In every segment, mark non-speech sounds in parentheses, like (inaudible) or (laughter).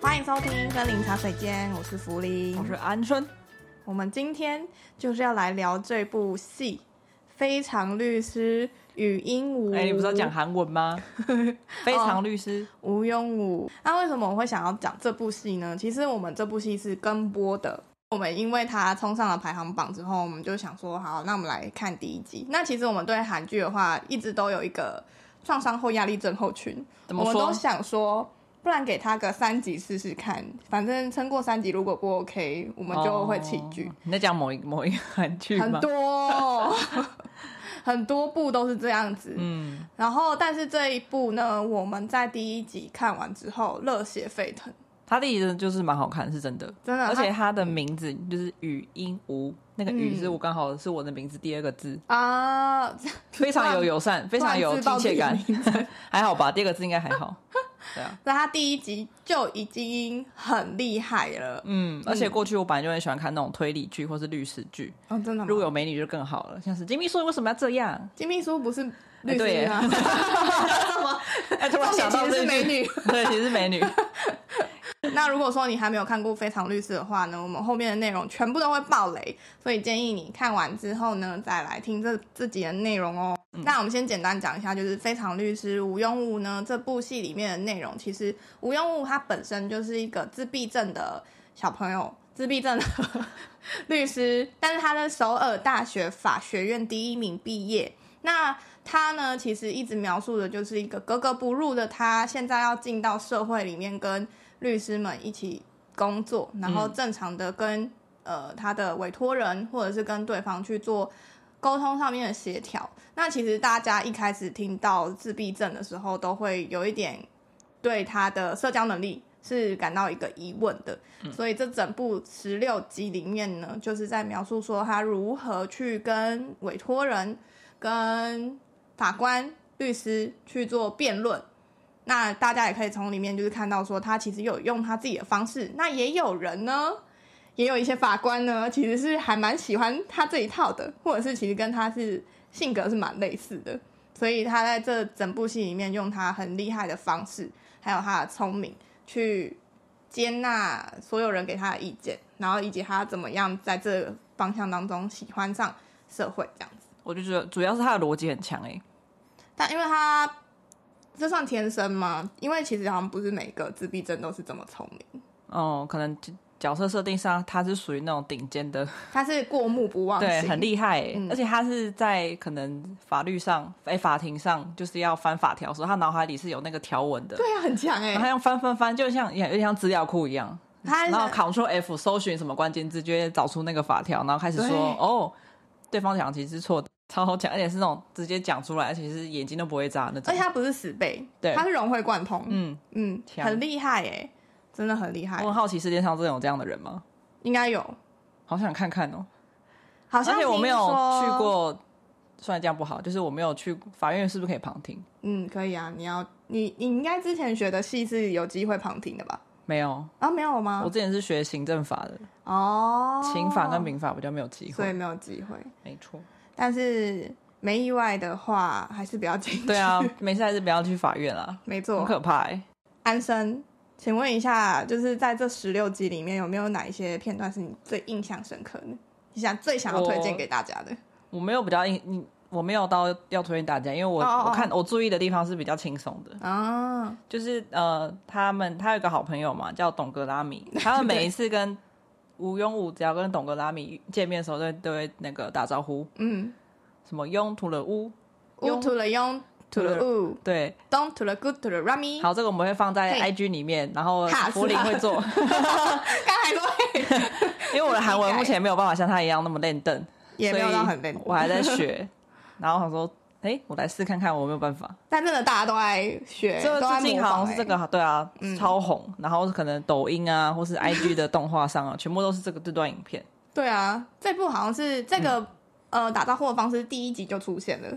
欢迎收听森林茶水间，我是福林，我是安生。我们今天就是要来聊这部戏《非常律师与鹦鹉》。哎、你不是要讲韩文 (laughs) 吗？非常律师，吴庸武。那为什么我会想要讲这部戏呢？其实我们这部戏是跟播的，我们因为它冲上了排行榜之后，我们就想说，好，那我们来看第一集。那其实我们对韩剧的话，一直都有一个创伤后压力症候群，怎么我们说都想说。不然给他个三集试试看，反正撑过三集，如果不 OK，我们就会弃剧。哦你在讲某一某一个韩剧吗？很多 (laughs) 哦、很多部都是这样子。嗯，然后，但是这一部呢，我们在第一集看完之后热血沸腾，他第一人就是蛮好看，是真的。真的。而且它他的名字就是语音无，那个嗯语是我刚好是我的名字第二个字，啊，非常有友善，非常有亲切 (laughs) 感，还好吧？第二个字应该还好。对啊，那他第一集就已经很厉害了。嗯，而且过去我本来就很喜欢看那种推理剧或是律师剧，哦，真的如吗？果有美女就更好了，像是金秘书为什么要这样？金秘书不是律哎师 (laughs) 对吗？哎，突然重点 (laughs) 其实想到这是一美句，女。对，其实是美女。 (laughs) 那如果说你还没有看过《非常律师》的话呢，我们后面的内容全部都会爆雷，所以建议你看完之后呢，再来听这这集的内容哦。那我们先简单讲一下，就是《非常律师吴庸武》呢这部戏里面的内容，其实吴庸武他本身就是一个自闭症的小朋友，自闭症的 (laughs) 律师，但是他在首尔大学法学院第一名毕业。那他呢，其实一直描述的就是一个格格不入的他，现在要进到社会里面跟律师们一起工作，然后正常的跟、呃他的委托人或者是跟对方去做沟通上面的协调。那其实大家一开始听到自闭症的时候，都会有一点对他的社交能力是感到一个疑问的。所以这整部十六集里面呢，就是在描述说他如何去跟委托人、跟法官、律师去做辩论。那大家也可以从里面就是看到说，他其实有用他自己的方式。那也有人呢，也有一些法官呢，其实是还蛮喜欢他这一套的，或者是其实跟他是性格是蛮类似的。所以他在这整部戏里面用他很厉害的方式，还有他的聪明去接纳所有人给他的意见，然后以及他怎么样在这个方向当中喜欢上社会这样子。我就觉得主要是他的逻辑很强哎、但因为他这算天生吗？因为其实好像不是每个自闭症都是这么聪明，哦、可能角角色设定上他是属于那种顶尖的，他是过目不忘对，型很厉害、欸哦嗯而且他是在可能法律上，哎、法庭上就是要翻法条的时候，他脑海里是有那个条文的，对啊，很强哎、然后他用翻翻翻，就像有点像资料库一样，他然后是 Ctrl F 搜寻什么关键字，就会找出那个法条，然后开始说对哦，对方讲其实是错的，超好讲，而且是那种直接讲出来，而且是眼睛都不会眨那而种且，他不是死背，对他是融会贯通，嗯，嗯，强很厉害哎、真的很厉我害，很好奇世界上真的有这样的人吗？应该有，好想看看哦、好像而且我没有听说去，过，虽然这样不好，就是我没有去法院，是不是可以旁听？嗯，可以啊，你要你你应该之前学的戏是有机会旁听的吧？没有，啊，没有吗我？之前是学行政法的，哦，刑法跟民法比较没有机所以会。没有机会，没错，但是没意外的话，还是比较进去。对啊，没事还是不要去法院啦， (laughs) 没很错。可怕欸。安生，请问一下，就是在这十六集里面，有没有哪一些片段是你最印象深刻的？你想最想要推荐给大家的？我没有比较硬，你我没有到要推荐大家，因为我哦哦哦我看我注意的地方是比较轻松的，啊，就是呃，他们他有一个好朋友嘛，叫董格 (laughs) 拉米，他们每一次跟吴庸武只要跟董格拉米见面的时候，都会都会那个打招呼，嗯，什么庸土了乌，乌 to the young to the u 对， ，don to the good to the rummy。好，这个我们会放在嘿 IG 里面，然后哈福林是吧 (laughs) 会做，刚才说因为我的韩自己文改目前没有办法像他一样那么练凳，也没有所以到很累，我还 (laughs) 在学。然后我想说，哎、我来试看看，我有没有办法。但真的大家都在学，这都个在最近模好仿像是欸这个，对啊，超红。然后可能抖音啊，或是 IG 的动画上啊，全部都是这个这段影片。对啊，这部好像是这个、嗯呃打招呼的方式第一集就出现了，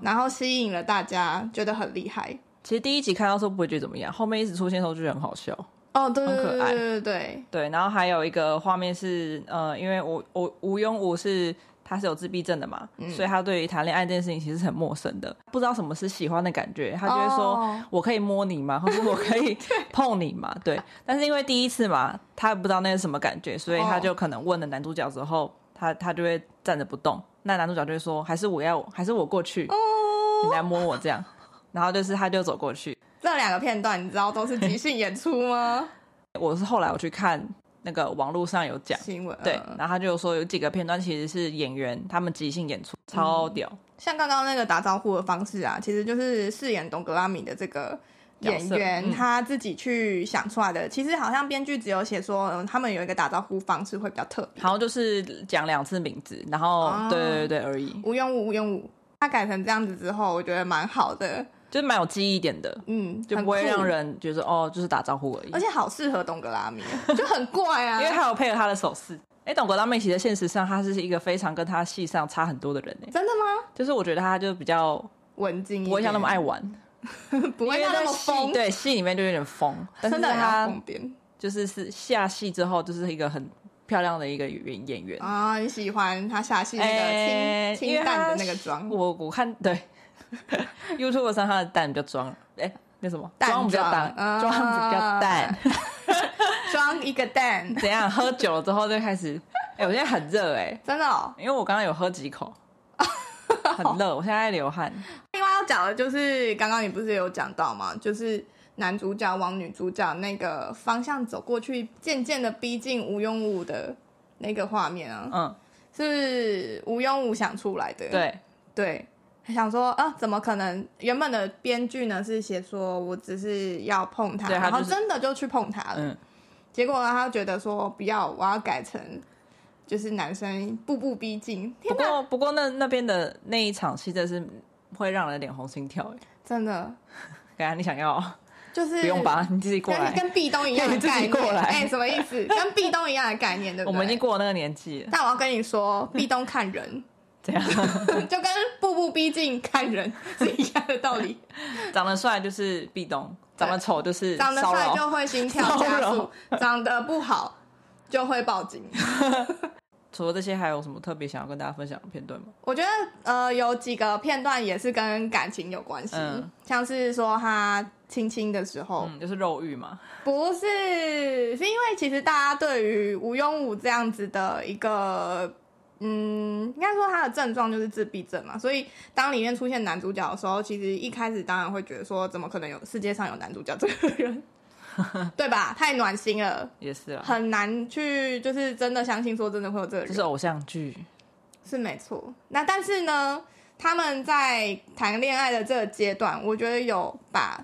然后吸引了大家，觉得很厉害。其实第一集看到的时候不会觉得怎么样，后面一直出现的时候就觉得很好笑。哦，对对很对可对爱对对对，对，然后还有一个画面是，呃，因为我我吴庸武是他是有自闭症的嘛，嗯所以他对于谈恋爱这件事情其实是很陌生的，不知道什么是喜欢的感觉，他就会说、哦我可以摸你吗，或者我 (laughs) 可以碰你吗？对，但是因为第一次嘛，他不知道那是什么感觉，所以他哦就可能问了男主角之后，他他就会站着不动，那男主角就会说还是我要还是我过去，哦你来摸我这样，然后就是他就走过去，这两个片段你知道都是即兴演出 (laughs) 吗？我是后来我去看那个网络上有讲。新闻对，嗯呃然后他就说有几个片段其实是演员他们即兴演出，嗯超屌。像刚刚那个打招呼的方式啊，其实就是饰演董格拉米的这个演员、角色嗯他自己去想出来的。其实好像编剧只有写说，嗯，他们有一个打招呼方式会比较特嗯别，然后就是讲两次名字，然后、啊对对对而已，无用武无用武。他改成这样子之后，我觉得蛮好的，就是蛮有记忆点的，嗯，就很不会酷让，人觉得哦，就是打招呼而已。而且好适合董格拉米， (laughs) 就很怪啊。因为他有配合他的手势。哎，董国当妹其实在现实上他是一个非常跟他戏上差很多的人呢，真的吗？就是我觉得他就比较文静一点，不会像那么爱玩， (laughs) 不会因像那为在么戏疯，对戏里面就有点疯，但是真的很要他疯癫就是是下戏之后就是一个很漂亮的一个演演员啊！你喜欢他下戏那哎个清因为清他淡的那个 (laughs) 妆，我我看对，YouTube 上他的蛋比较装，哎、那什么淡妆比较淡， (laughs) 妆妆比啊较淡。装一个蛋，怎样？喝酒了之后就开始，哎、我现在很热哎、真的哦。因为我刚刚有喝几口，很热，我现在在流汗。另外要讲的就是，刚刚你不是有讲到吗？就是男主角往女主角那个方向走过去，渐渐的逼近吴庸武的那个画面啊，嗯，是吴庸武想出来的。对，对，他想说啊，怎么可能？原本的编剧呢是写说我只是要碰他，对他然后就是真的就去碰他了。嗯，结果呢，他觉得说不要，我要改成就是男生步步逼近。不天哪，过不过那那边的那一场戏真的是会让人脸红心跳哎、真的感觉你想要就是不用吧？你自己过跟来，跟壁咚一样 (laughs) 的你自己概念，过来哎、什么意 (laughs) 思？跟壁咚一样的概念，对不我对？们已经。过了那个年纪了，但我要跟你说，壁咚看人， (laughs) 怎样？就跟步步逼近看人是一样的道理。长得帅就是壁咚，长得丑就是长得 (laughs) 骚帅扰就会心跳加骚速扰，长得不好就会报警。除了这些，还有什么特别想要跟大家分享的片段吗？我觉得呃，有几个片段也是跟感情有关系，嗯像是说他亲亲的时候，嗯，就是肉欲嘛。不是，是因为其实大家对于吴庸武这样子的一个，嗯，应该说他的症状就是自闭症嘛，所以当里面出现男主角的时候，其实一开始当然会觉得说，怎么可能有世界上有男主角这个人， (laughs) 对吧？太暖心了，也是啦，很难去就是真的相信说真的会有这个这人，是偶像剧，是没错。那但是呢，他们在谈恋爱的这个阶段，我觉得有把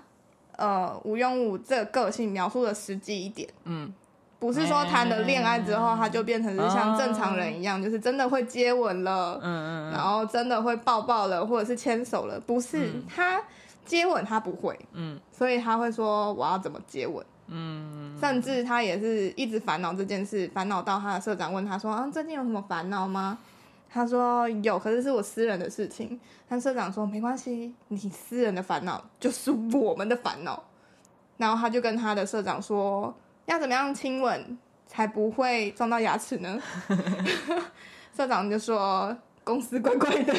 呃吴庸武这个个性描述的实际一点，嗯，不是说谈了恋爱之后他就变成是像正常人一样，就是真的会接吻了，哎嗯嗯，然后真的会抱抱了，或者是牵手了，不是、嗯他接吻他不会，嗯，所以他会说我要怎么接吻。嗯，甚至他也是一直烦恼这件事，烦恼到他的社长问他说：“啊，最近有什么烦恼吗？”他说：“有，可是是我私人的事情。”但社长说：“没关系，你私人的烦恼就是我们的烦恼。”然后他就跟他的社长说：“要怎么样亲吻才不会撞到牙齿呢？” (laughs) 社长就说：“公司怪怪的。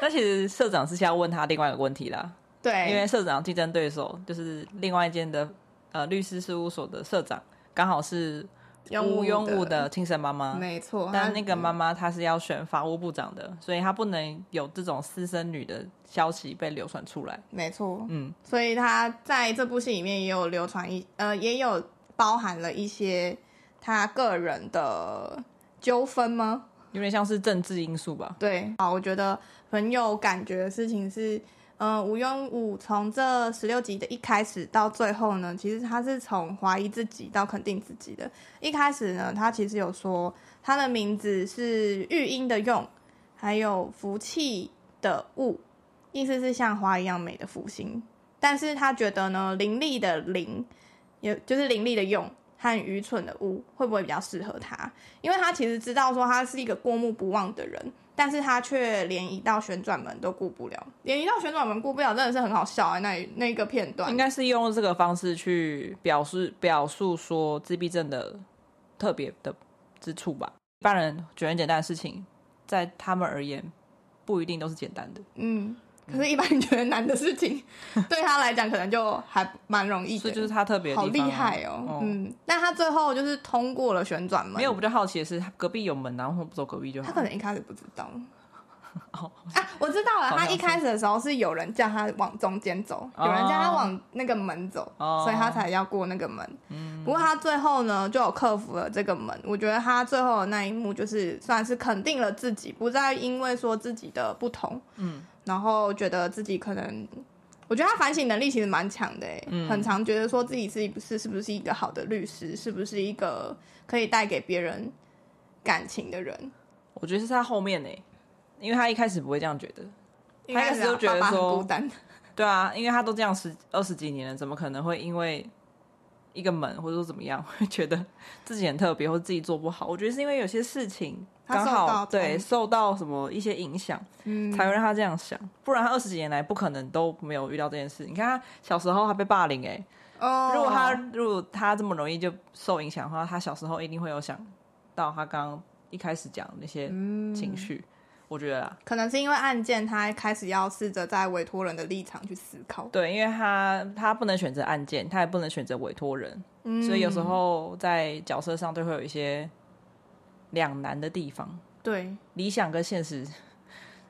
那其实社长是要问他另外一个问题啦，”对，因为社长竞争对手就是另外一间的呃律师事务所的社长，刚好是吴庸武的亲生妈妈。没错，但那个嘛，妈妈她是要选法务部长的，所以她不能有这种私生女的消息被流传出来。没错，嗯，所以他在这部戏里面也有流传一呃，也有包含了一些他个人的纠纷吗？有点像是政治因素吧。对，好，我觉得很有感觉的事情是，呃，吴庸武从这十六集的一开始到最后呢，其实他是从怀疑自己到肯定自己的。一开始呢，他其实有说他的名字是育婴的用，还有福气的物，意思是像花一样美的福星。但是他觉得呢，伶俐的伶，也就是伶俐的用和愚蠢的物，会不会比较适合他？因为他其实知道说他是一个过目不忘的人，但是他却连一道旋转门都顾不了，连一道旋转门顾不了，真的是很好笑啊、那那个片段应，该是用这个方式去表示表述说自闭症的特别的之处吧。一般人觉得很简单的事情，在他们而言不一定都是简单的。嗯。可是，一般觉得难的事 (laughs) 情，对他来讲可能就还蛮容易所的，以就是他特别的好地厉方啊害哦。嗯，但他最后就是通过了旋转门，没有，我比较好奇的是，他隔壁有门啊，然后不走隔壁就好。他可能一开始不知道。 (laughs) 哦啊，我知道了，好像他是一开始的时候是有人叫他往中间走，哦有人叫他往那个门走，哦嗯所以他才要过那个门。不过他最后呢，就有克服了这个门。我觉得他最后的那一幕就是算是肯定了自己，不再因为说自己的不同，嗯，然后觉得自己可能。我觉得他反省能力其实蛮强的、欸，嗯很常觉得说自己是不是是不是一个好的律师，是不是一个可以带给别人感情的人。我觉得是他后面呢、欸因为他一开始不会这样觉得。应该啊他一开始就觉得爸爸很说孤单，对啊，因为他都这样十二十几年了，怎么可能会因为一个门或者说怎么样， (laughs) 会觉得自己很特别或者自己做不好？我觉得是因为有些事情他刚受好到对冲击受到什么一些影响，嗯，才会让他这样想。不然他二十几年来不可能都没有遇到这件事。你看他小时候他被霸凌、欸，哦，如果他如果他这么容易就受影响的话，他小时候一定会有想到他刚刚一开始讲的那些嗯情绪。我觉得啦，可能是因为案件，他开始要试着在委托人的立场去思考，对，因为他他不能选择案件，他也不能选择委托人，嗯所以有时候在角色上都会有一些两难的地方，对，理想跟现实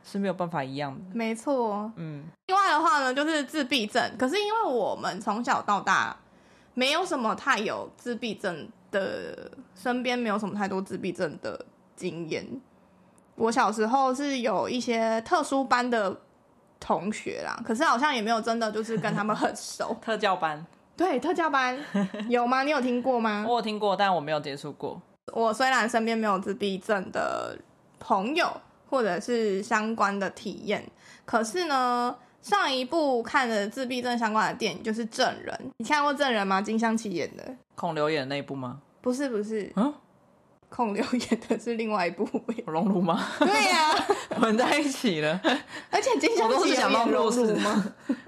是没有办法一样的。没错。嗯，。另外的话呢，就是自闭症，可是因为我们从小到大没有什么太有自闭症的，身边没有什么太多自闭症的经验。我小时候是有一些特殊班的同学啦，可是好像也没有真的就是跟他们很熟 (laughs) 特教班对，特教班有吗？你有听过吗？嗯我有听过，但我没有接触过。我虽然身边没有自闭症的朋友或者是相关的体验，可是呢，上一部看的自闭症相关的电影就是《证人》，你看过《证人》吗？金湘琪演的？孔刘演的那一部吗？不是，不是，嗯， (laughs) 孔刘演的是另外一部。我荣辱吗？ (laughs) 对呀、混在一起了。 (laughs) 而且金我湘都琪是有想到演弱荣势 (laughs) 辱吗？ (laughs)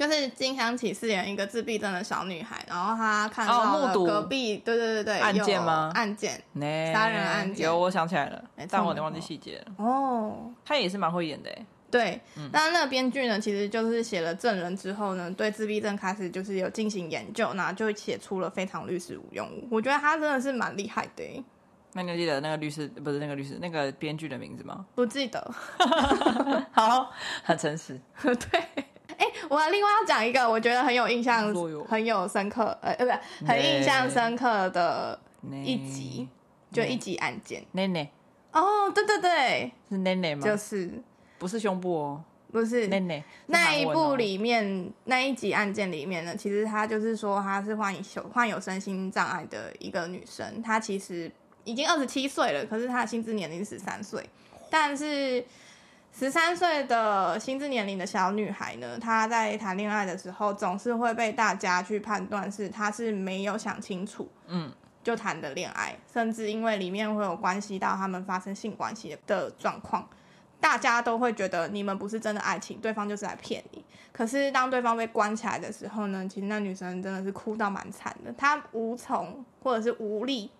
就是金湘琪饰演一个自闭症的小女孩，然后她看到哦目了睹隔壁，对对对对，案件吗有案件呢 (laughs) 杀人案件有我想起来了没，错但我有点忘记细节了。哦，他也是蛮会演的欸，对，那那个编剧呢，其实就是写了证人之后呢，对自闭症开始就是有进行研究，那就写出了《非常律师无用武》。我觉得他真的是蛮厉害的欸，那你有记得那个律师不是那个律师，那个编剧的名字吗？ (laughs) 不记得。 (laughs) 好，很诚实。对，哎，我另外要讲一个，我觉得很有印象说哟、很有深刻，呃，呃，不是很印象深刻的一集，嗯就一集案件。奶奶哦，对对对，是奶奶吗？就是不是胸部哦，不是奶奶那一部，是哦里面那一集案件里面呢，其实她就是说她是患有患有身心障碍的一个女生，她其实已经二十七岁了，可是她的心智年龄十三岁，但是十三岁的心智年龄的小女孩呢，她在谈恋爱的时候总是会被大家去判断是她是没有想清楚，嗯，就谈的恋爱，甚至因为里面会有关系到他们发生性关系的状况。大家都会觉得你们不是真的爱情，对方就是来骗你。可是当对方被关起来的时候呢，其实那女生真的是哭到蛮惨的，她无从或者是无力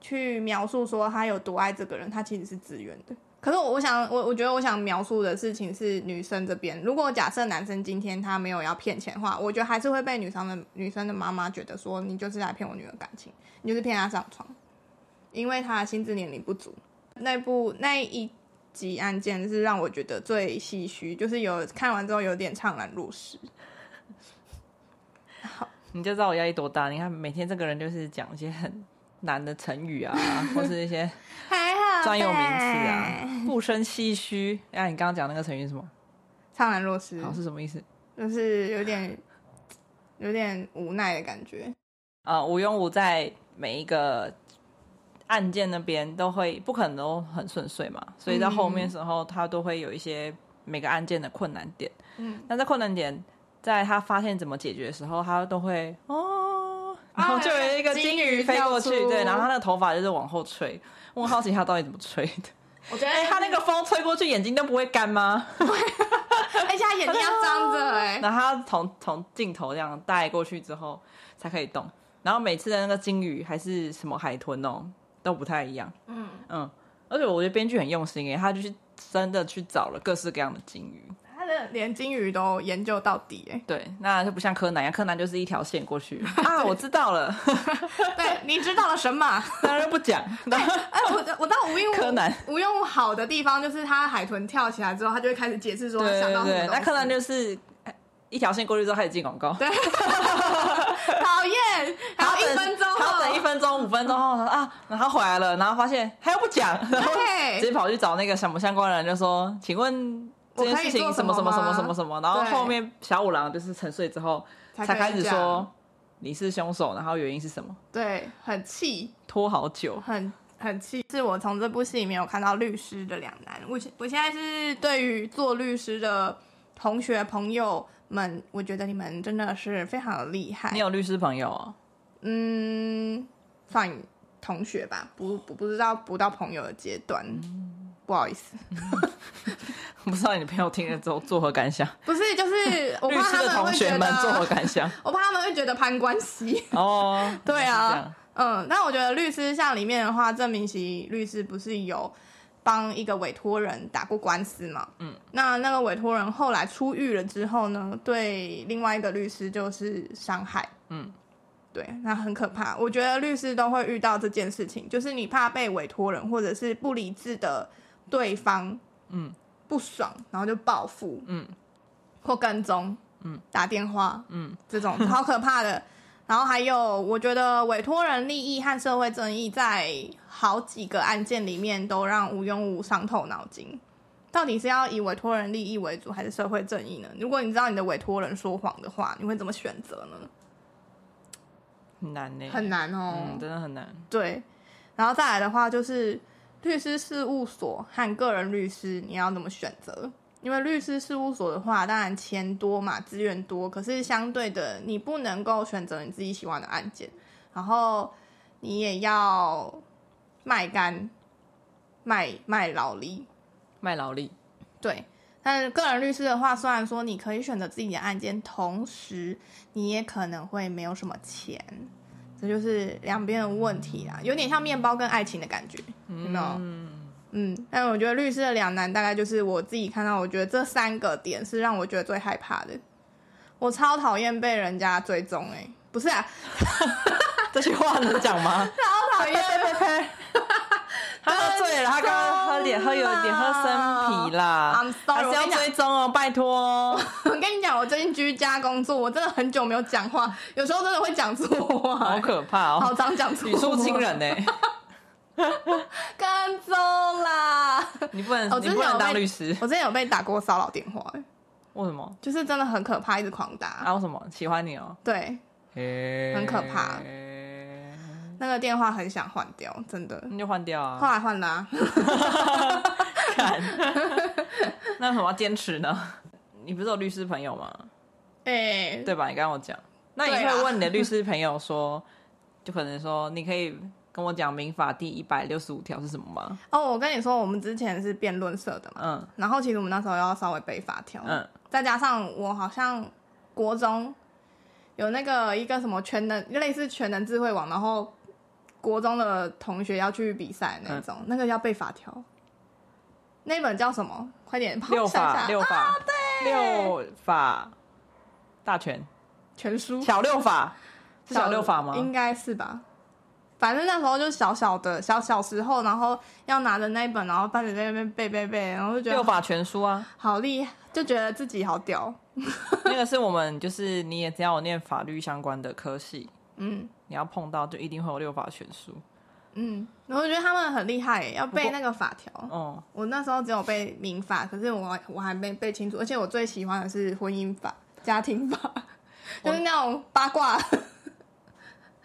去描述说她有多爱这个人，她其实是自愿的。可是我我想我我觉得我想描述的事情是女生这边，如果假设男生今天他没有要骗钱的话，我觉得还是会被女生的女生的妈妈觉得说你就是来骗我女儿感情，你就是骗她上床，因为她的心智年龄不足。那部那一集案件是让我觉得最唏嘘，就是有看完之后有点怅然若失。你就知道我压力多大。你看每天这个人就是讲一些很难的成语啊，或是一些还好专有名词啊，不生唏嘘。哎，你刚刚讲那个成语是什么？怅然若失好，是什么意思？就是有点有点无奈的感觉。呃，吴庸武在每一个案件那边都会不可能都很顺遂嘛，所以在后面的时候，他都会有一些每个案件的困难点。嗯，那在困难点，在他发现怎么解决的时候，他都会哦，然后就有一个金啊金鱼鱼飞跳过去，出对，然后他的头发就是往后吹。我很好奇他到底怎么吹的，我觉得哎、它那个风吹过去，眼睛都不会干吗？而且他哎眼睛要张 (laughs) 着哎，然后它从从镜头这样带过去之后才可以动。然后每次的那个金鱼还是什么海豚哦，都不太一样。嗯，嗯，而且我觉得编剧很用心诶，他就是真的去找了各式各样的金鱼。他的连金鱼都研究到底哎。对，那就不像柯南一样，柯南就是一条线 (laughs) 过去啊，我知道了，对，你知道了神马。当然不 (laughs) 讲。然后哎，我我到无用柯南无用好的地方就是他海豚跳起来之后，他就会开始解释说他对想对到什么对，东那西。柯南就是一条线过去之后开始进广告，对，讨厌，还有一分钟哦，还要等一分钟、五分钟后啊，然后他回来了，然后发现他又不 (laughs) 讲，然后哦对直接跑去找那个什么相关人，就说：“请问这件事我可以做情什什么么吗什么什么什么什么？”然后对后面小五郎就是沉睡之后才才开可以始讲说你是凶手，然后原因是什么？对，很气，拖好久，很很气。是我从这部戏里面有看到律师的两难。我现我现在是对于做律师的同学朋友们，我觉得你们真的是非常厉害你。有律师朋友啊？ (laughs) 嗯，算同学吧，不不不知道不到朋友的阶段，嗯不好意思，不知道你朋友听了之后作何感想？不是就是我律怕师他的们同会觉 (laughs) 学们作何得，感想？我怕他们会觉得攀关系。哦， (laughs) 对啊是这样，嗯，但我觉得律师像里面的话，郑明熙律师不是有帮一个委托人打过官司嘛？嗯，那那个委托人后来出狱了之后呢，对另外一个律师就是伤害。嗯，对，那很可怕。我觉得律师都会遇到这件事情，就是你怕被委托人或者是不理智的对方，嗯，不爽，然后就报复，嗯，或跟踪，嗯，打电话，嗯，这种超可怕的。然后还有，我觉得委托人利益和社会正义在好几个案件里面都让吴庸武伤透脑筋。到底是要以委托人利益为主，还是社会正义呢？如果你知道你的委托人说谎的话，你会怎么选择呢？很难呢，很难哦。嗯，真的很难。对，然后再来的话就是律师事务所和个人律师，你要怎么选择？因为律师事务所的话，当然钱多嘛，资源多，可是相对的，你不能够选择你自己喜欢的案件，然后你也要卖干、卖卖劳力，卖劳力，对。但是个人律师的话，虽然说你可以选择自己的案件，同时你也可能会没有什么钱，这就是两边的问题啦，有点像面包跟爱情的感觉，有没有？嗯，嗯，但我觉得律师的两难大概就是我自己看到，我觉得这三个点是让我觉得最害怕的。我超讨厌被人家追踪，哎，不是啊，这句话能 (laughs) 讲吗？超讨厌 (laughs) 他喝醉了，他刚刚喝点喝有一点喝生啤啦 I'm sorry，还是要追踪哦，拜托哦。我跟你讲，我最近居家工作，我真的很久没有讲话，有时候真的会讲错话，好可怕好哦，常讲错，语出惊，人欸呢。跟踪啦。你不能哦，之你前不有能当被律师， (laughs) 我之前有被打过骚扰电话，哎为什么？就是真的很可怕，一直狂打。啊，为什么喜欢你哦？对，很很可怕那个电话很想换掉，真的。那就换掉后啊！来换 (laughs) 啦、看，那为什么要坚持呢？你不是有律师朋友吗？哎、对吧？你刚刚我讲，那你对啦会问你的律师朋友说，就可能说，你可以跟我讲民法第一百六十五条是什么吗？哦，我跟你说，我们之前是辩论社的嘛，嗯然后其实我们那时候要稍微背法条，嗯，再加上我好像国中有那个一个什么全能，类似全能智慧网，然后国中的同学要去比赛那种，嗯那个要背法条。那本叫什么？快点帮六我想一法下六法、啊对六法大全全书小六法是小六法吗？应该是吧。反正那时候就小小的，小小时候，然后要拿着那一本，然后班着在那边背背背，然后就觉六得法全书啊，好厉害，就觉得自己好屌。 (laughs) 那个是我们就是你也只要有念法律相关的科系，嗯你要碰到就一定会有六法全书。嗯，然后我觉得他们很厉害耶，要背不过那个法条。哦、我那时候只有背民法，可是我我还没背清楚，而且我最喜欢的是婚姻法、家庭法，哦我就是那种八卦。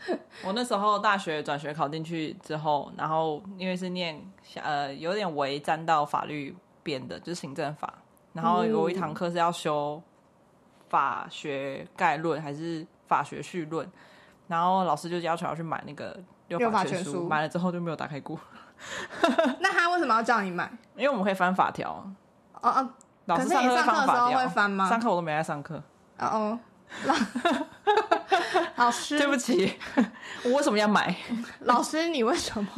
(laughs) 我那时候大学转学考进去之后，然后因为是念呃有点违沾到法律边的，就是行政法，然后有一堂课是要修法学概论还是法学绪论，然后老师就要求要去买那个六六法法全全书买了之后就没有打开过，那他为什么要叫你买？因为我们可以翻法条啊，哦哦老可师是你课会上课翻的法时候条。会翻吗上课我都没在上课，哦哦， (laughs) 老老师，对 (laughs) 不起，我为什么要买？老师，你为什么？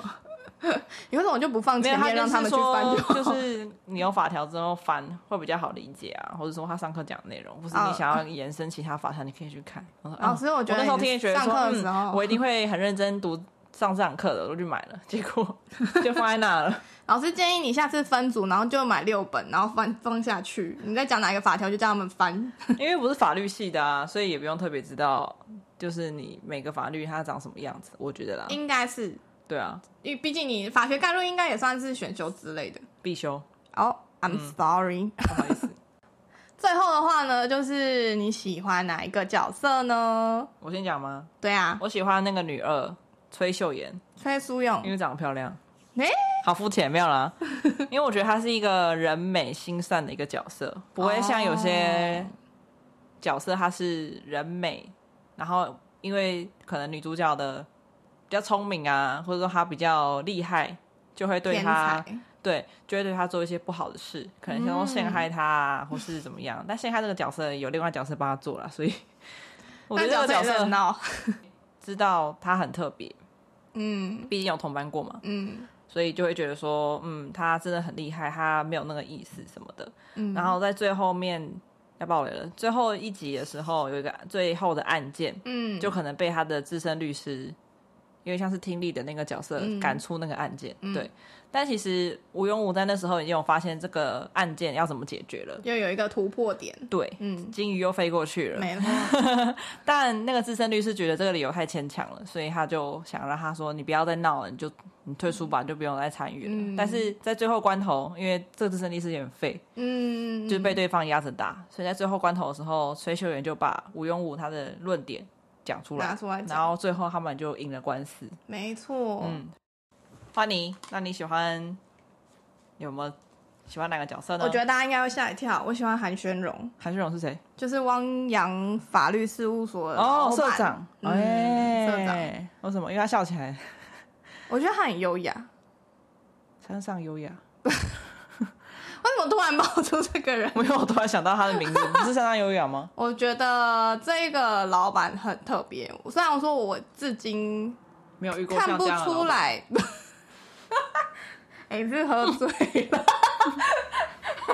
(laughs) 你为什么就不放 (laughs) 没有，前面让他他们就是去翻说，好就是你有法条之后翻会比较好理解啊，或者说他上课讲的内容，或是你哦想要延伸其他法条，你可以去看。我说老嗯师，我我觉得那时候你听也觉得上说，课的时嗯，候，我一定会很认真读上这堂课的，我就买了，结 (laughs) 果就放在那了。 (laughs) 老师建议你下次分组，然后就买六本，然后翻放下去。你在讲哪一个法条，就叫他们翻。因为不是法律系的啊，所以也不用特别知道，就是你每个法律它长什么样子，我觉得啦。应该是，对啊，因为毕竟你法学概论应该也算是选修之类的。必修，哦、i 嗯 m sorry、不好意思，最后的话呢，就是你喜欢哪一个角色呢？我先讲吗？对啊，我喜欢那个女二崔秀妍，崔淑因勇。为长得漂亮。诶好肤浅，没 (laughs) 有啦。因为我觉得她是一个人美心善的一个角色，不会像有些哦角色她是人美，然后因为可能女主角的比较聪明啊，或者说她比较厉害，就会对天她才，对就会对她做一些不好的事，可能像说陷嗯害她啊，或是怎么样。但陷害这个角色有另外角色帮她做了，所以我觉得这个但角也色热闹，知道她很特别，嗯毕竟有同班过嘛。嗯所以就会觉得说，嗯，他真的很厉害，他没有那个意思什么的。嗯，然后在最后面要爆雷了，最后一集的时候有一个最后的案件，嗯，就可能被他的资深律师，因为像是听力的那个角色嗯赶出那个案件。嗯对，但其实吴庸武在那时候已经有发现这个案件要怎么解决了。又有一个突破点，对，嗯，金鱼又飞过去了，没 (laughs) 了。但那个资深律师觉得这个理由太牵强了，所以他就想让他说：“你不要再闹了，你就你退出吧，你就不用再参与了。嗯但是在最后关头，因为这个资深律师也很废，嗯，就是被对方压着打，所以在最后关头的时候，崔秀媛就把吴庸武他的论点讲出来拿，出来讲，然后最后他们就赢了官司。没错，嗯，欢迎，那你喜欢有没有喜欢哪个角色呢？我觉得大家应该会吓一跳。我喜欢韩宣荣，韩旭荣是谁？就是汪洋法律事务所的哦老，社板长，嗯哎，社长，为什么？因为他笑起来。 (laughs) 我觉得他很优雅。山上优雅，为什么突然冒出这个人？ (laughs) 没有，我突然想到他的名字，不是山上优雅吗？我觉得这个老板很特别，虽然说我至今没有遇过看像不这样的老出板。来。 (laughs) 哎、你是喝醉了？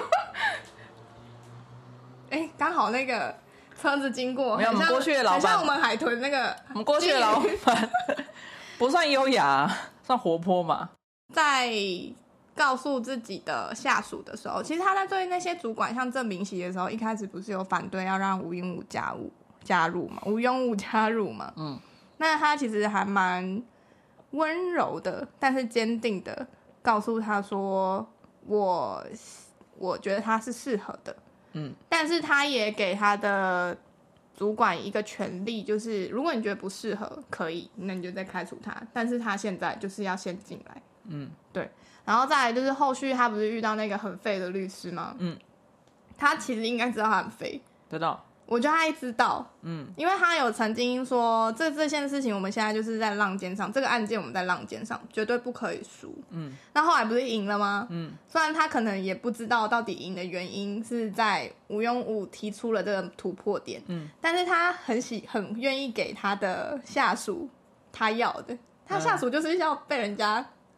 (laughs) 哎、刚好那个车子经过，没有很我们像过去的老板很像我们海豚那个我们过去的老板不算优雅，算活泼嘛。在告诉自己的下属的时候，其实他在对那些主管，像郑明熙的时候，一开始不是有反对要让吴英武加入加入嘛，吴庸武加入嘛，嗯，那他其实还蛮温柔的，但是坚定的告诉他说，我我觉得他是适合的，嗯，但是他也给他的。主管一个权利，就是如果你觉得不适合，可以，那你就再开除他。但是他现在就是要先进来，嗯，然后再来就是后续他不是遇到那个很废的律师吗？嗯，他其实应该知道他很废，知道。我觉得他也知道，嗯，因为他有曾经说这这件事情我们现在就是在浪尖上，这个案件我们在浪尖上，绝对不可以输。嗯，那后来不是赢了吗？嗯，虽然他可能也不知道到底赢的原因是在吴庸武提出了这个突破点，嗯，但是他很喜很愿意给他的下属他要的，他嗯下属就是要被人家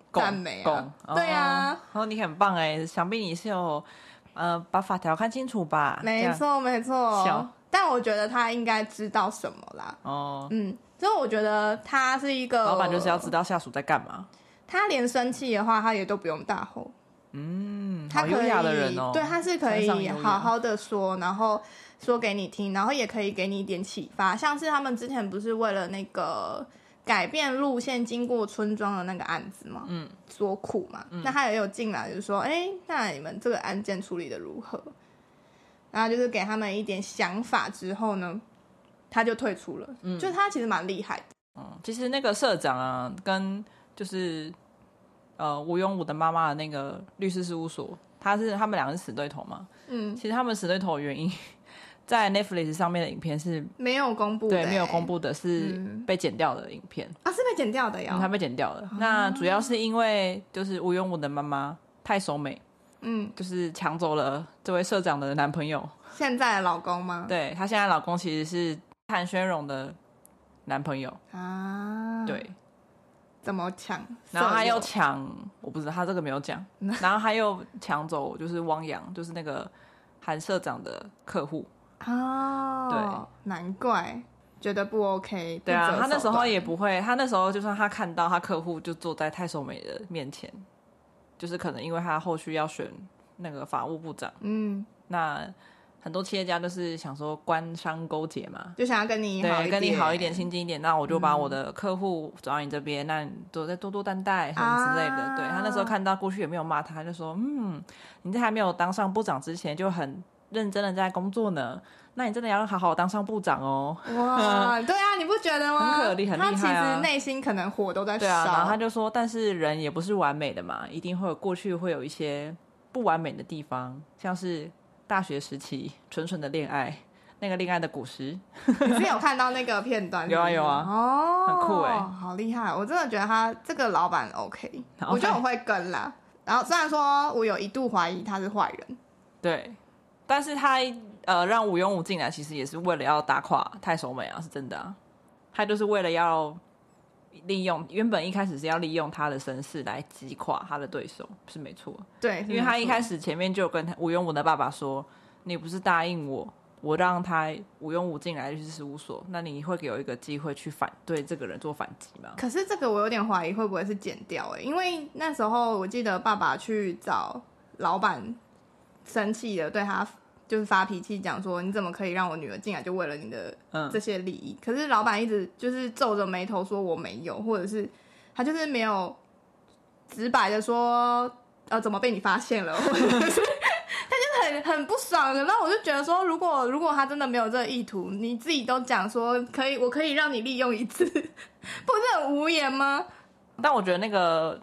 拱赞美啊拱，哦对啊。然后你很棒哎，想必你是有呃把法条看清楚吧？没啊这样。错，没错小。但我觉得他应该知道什么啦。哦，嗯，所以我觉得他是一个老板就是要知，道下属在干嘛。他连生气的话，他也都不用大吼，嗯，他好可优以雅的人哦。对，他是可山上优以雅好好的说，然后说给你听，然后也可以给你一点启发。像是他们之前不是为了那个改变路线经过村庄的那个案子嘛，嗯，所苦嘛，那他也有进来就说，哎、那你们这个案件处理的如何？然后就是给他们一点想法之后呢，他就退出了。嗯，就是他其实蛮厉害的。嗯其实那个社长啊，跟就是呃吴庸武的妈妈的那个律师事务所，他是他们两个是死对头嘛。嗯，其实他们死对头的原因， (laughs) 在 Netflix 上面的影片是没有公布、对没有公布布的，是嗯哦被剪掉的影片，啊，是被剪掉的它哟。被剪掉了。那主要是因为就是吴庸武的妈妈太守美，嗯，就是抢走了这位社长的男朋友。现在的老公吗？对她现在老公其实是谭轩荣的男朋友，啊，对，，怎么抢？然后他舍友又抢，我不知道他这个没 (laughs) 有讲，然后他又抢走就是汪洋，就是那个韩社长的客户。哦，对，难怪觉得不 OK 不对择手啊段。，他那时候也不会，他那时候就算他看到他客户就坐在太守美的面前，就是可能因为他后续要选那个法务部长，嗯，那很多企业家就是想说官商勾结嘛。就想要跟你好对，一跟你好一点，点嗯亲近一点，那我就把我的客户转到你这边，那你多再多多担待什么之类的。啊对他那时候看到过去也没有骂他，他就说，嗯，你在还没有当上部长之前就很认真的在工作呢，那你真的要好好当上部长哦。哇，对啊，你不觉得吗？很可力很厉害啊他其实内心可能火都在烧，对啊，然后他就说，但是人也不是完美的嘛，一定会有过去会有一些不完美的地方，像是大学时期纯纯的恋爱，那个恋爱的古时， (laughs) 你是有看到那个片段？有啊是不是有啊哦，很酷欸好厉害！我真的觉得他这个老板 OK，然后我觉得他我会跟啦。然后虽然说我有一度怀疑他是坏人，对，但是他呃让吴永武进来，其实也是为了要打垮太守美啊，是真的啊，他就是为了要利用原本一开始是要利用他的身世来击垮他的对手，是没错，对，因为他一开始始前面就有跟他吴永武的爸爸说，你不是答应我。我让他吴永武进来律师事务所，那你会给我一个机会去反对这个人做反击吗？可是这个我有点怀疑会不会是剪掉哎、因为那时候我记得爸爸去找老板生气的，对他就是发脾气，讲说你怎么可以让我女儿进来，就为了你的嗯这些利益。可是老板一直就是皱着眉头说我没有，或者是他就是没有直白的说，呃，怎么被你发现 (laughs) 了，或者是他就是很很不爽的。那我就觉得说，如果如果他真的没有这个意图，你自己都讲说可以，我可以让你利用一次， (laughs) 不是很无言吗？但我觉得那个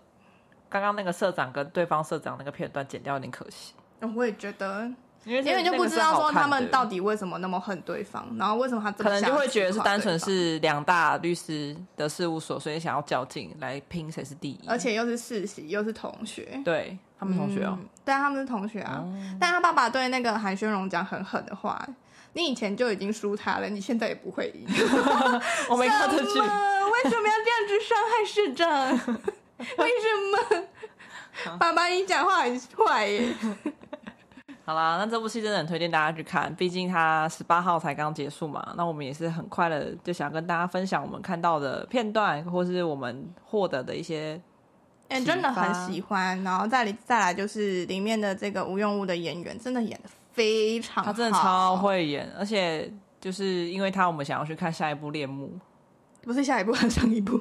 刚刚那个社长跟对方社长那个片段剪掉有点可惜，嗯我也觉得，因为因为这就不知道说他们到底底为什么那么恨对方，然后为什么他这么可能想就要会觉得是击垮单纯对方，是两大律师的事务所，所以想要较劲来拼谁是第一，而且又是世袭，又是同学，对他们同学哦，嗯对啊，他们是同学啊。但他爸爸对那个韩宣荣讲很狠的话，你以前就已经输他了，你现在也不会 (laughs) 赢。 (laughs) 我没看这什句么，为什么要这样子伤害市长？ (laughs) 为什么？爸爸，你讲话很坏耶！ (laughs) 好啦，那这部戏真的很推荐大家去看，毕竟它十八号才刚结束嘛。那我们也是很快的，就想跟大家分享我们看到的片段，或是我们获得的一些哎、启发真的很喜欢。然后再里再来就是里面的这个吴用武的演员，真的演的非常好，他真的超，会演，而且就是因为他，我们想要去看下一部《恋慕》，不是下一部，还是上一部。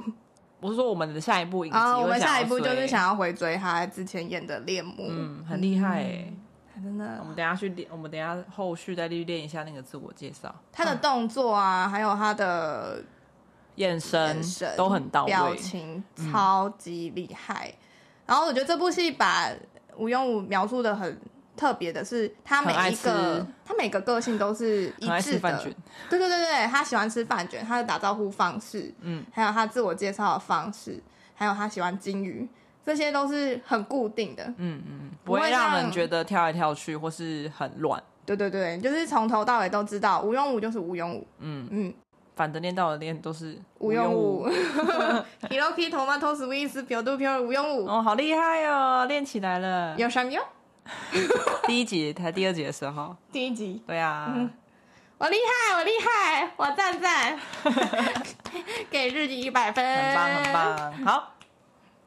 不 (laughs) 是说我们的下一部影集，然啊后我们下一步会就是要追，想要回追他之前演的《恋慕》，嗯，很厉害哎、他真的我们等一下去练，我们等一下后续再去练一下那个自我介绍，他的动作啊，还有他的眼神眼神嗯都很到表位，情超级厉害。然后我觉得这部戏把吴庸武描述的很特别的是，他每很爱一个吃他每个个性都是一很爱吃致饭的卷，，对对对对，他喜欢吃饭卷，他的打招呼方式，嗯，还有他自我介绍的方式，还有他喜欢金鱼，这些都是很固定的。嗯嗯，不不会会让人让觉得跳来跳去或是很乱。对对对，就是从头到尾都知道吴庸武就是吴庸武，嗯嗯，反正练到的练都是吴庸 (laughs) 武，，Hiroki Tomato Swiss 表度表吴庸武，哦，好厉害哦，练起来了。有什么？第一集才第二集的时候，第一集，对啊，嗯我厉害，我厉害，我赞 (laughs) 赞，给日记一百分，很棒很。棒。 (laughs) 好，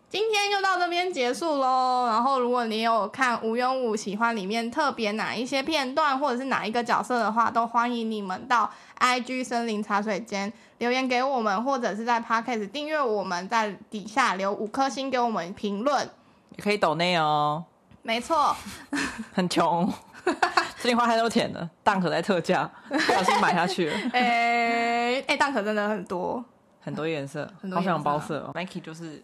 今天就到这边结束喽。然后，如果你有看《无庸武》，喜欢里面特别哪一些片段，或者是哪一个角色的话，都欢迎你们到 IG 森林茶水间留言给我们，或者是在 Podcast 订阅我们，在底下留五颗星给我们评论。也可以抖内哦，没错，(laughs) 很穷，最近花太多钱了，蛋壳在特价，不小心买下去了。 (laughs) 诶、诶，蛋壳真的很多。很多颜色，很多好想颜色啊包色哦。Nike 就是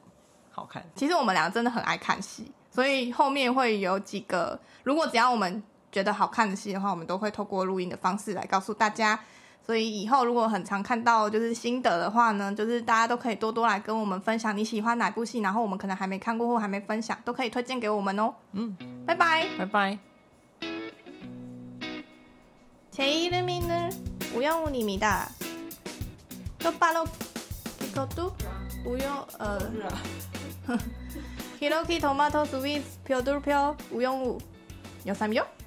好看，其实我们俩真的很爱看戏，所以后面会有几个，如果只要我们觉得好看的戏的话，我们都会透过录音的方式来告诉大家。所以以后如果很常看到就是心得的话呢，就是大家都可以多多来跟我们分享你喜欢哪部戏，然后我们可能还没看过或还没分享，都可以推荐给我们哦。嗯，拜拜。拜拜。 제 이름이는 우영훈입니다. 똑바로 이것도 우영 어 (laughs) 히로키 토마토 스윗 벼돌표 우영우 여삼요?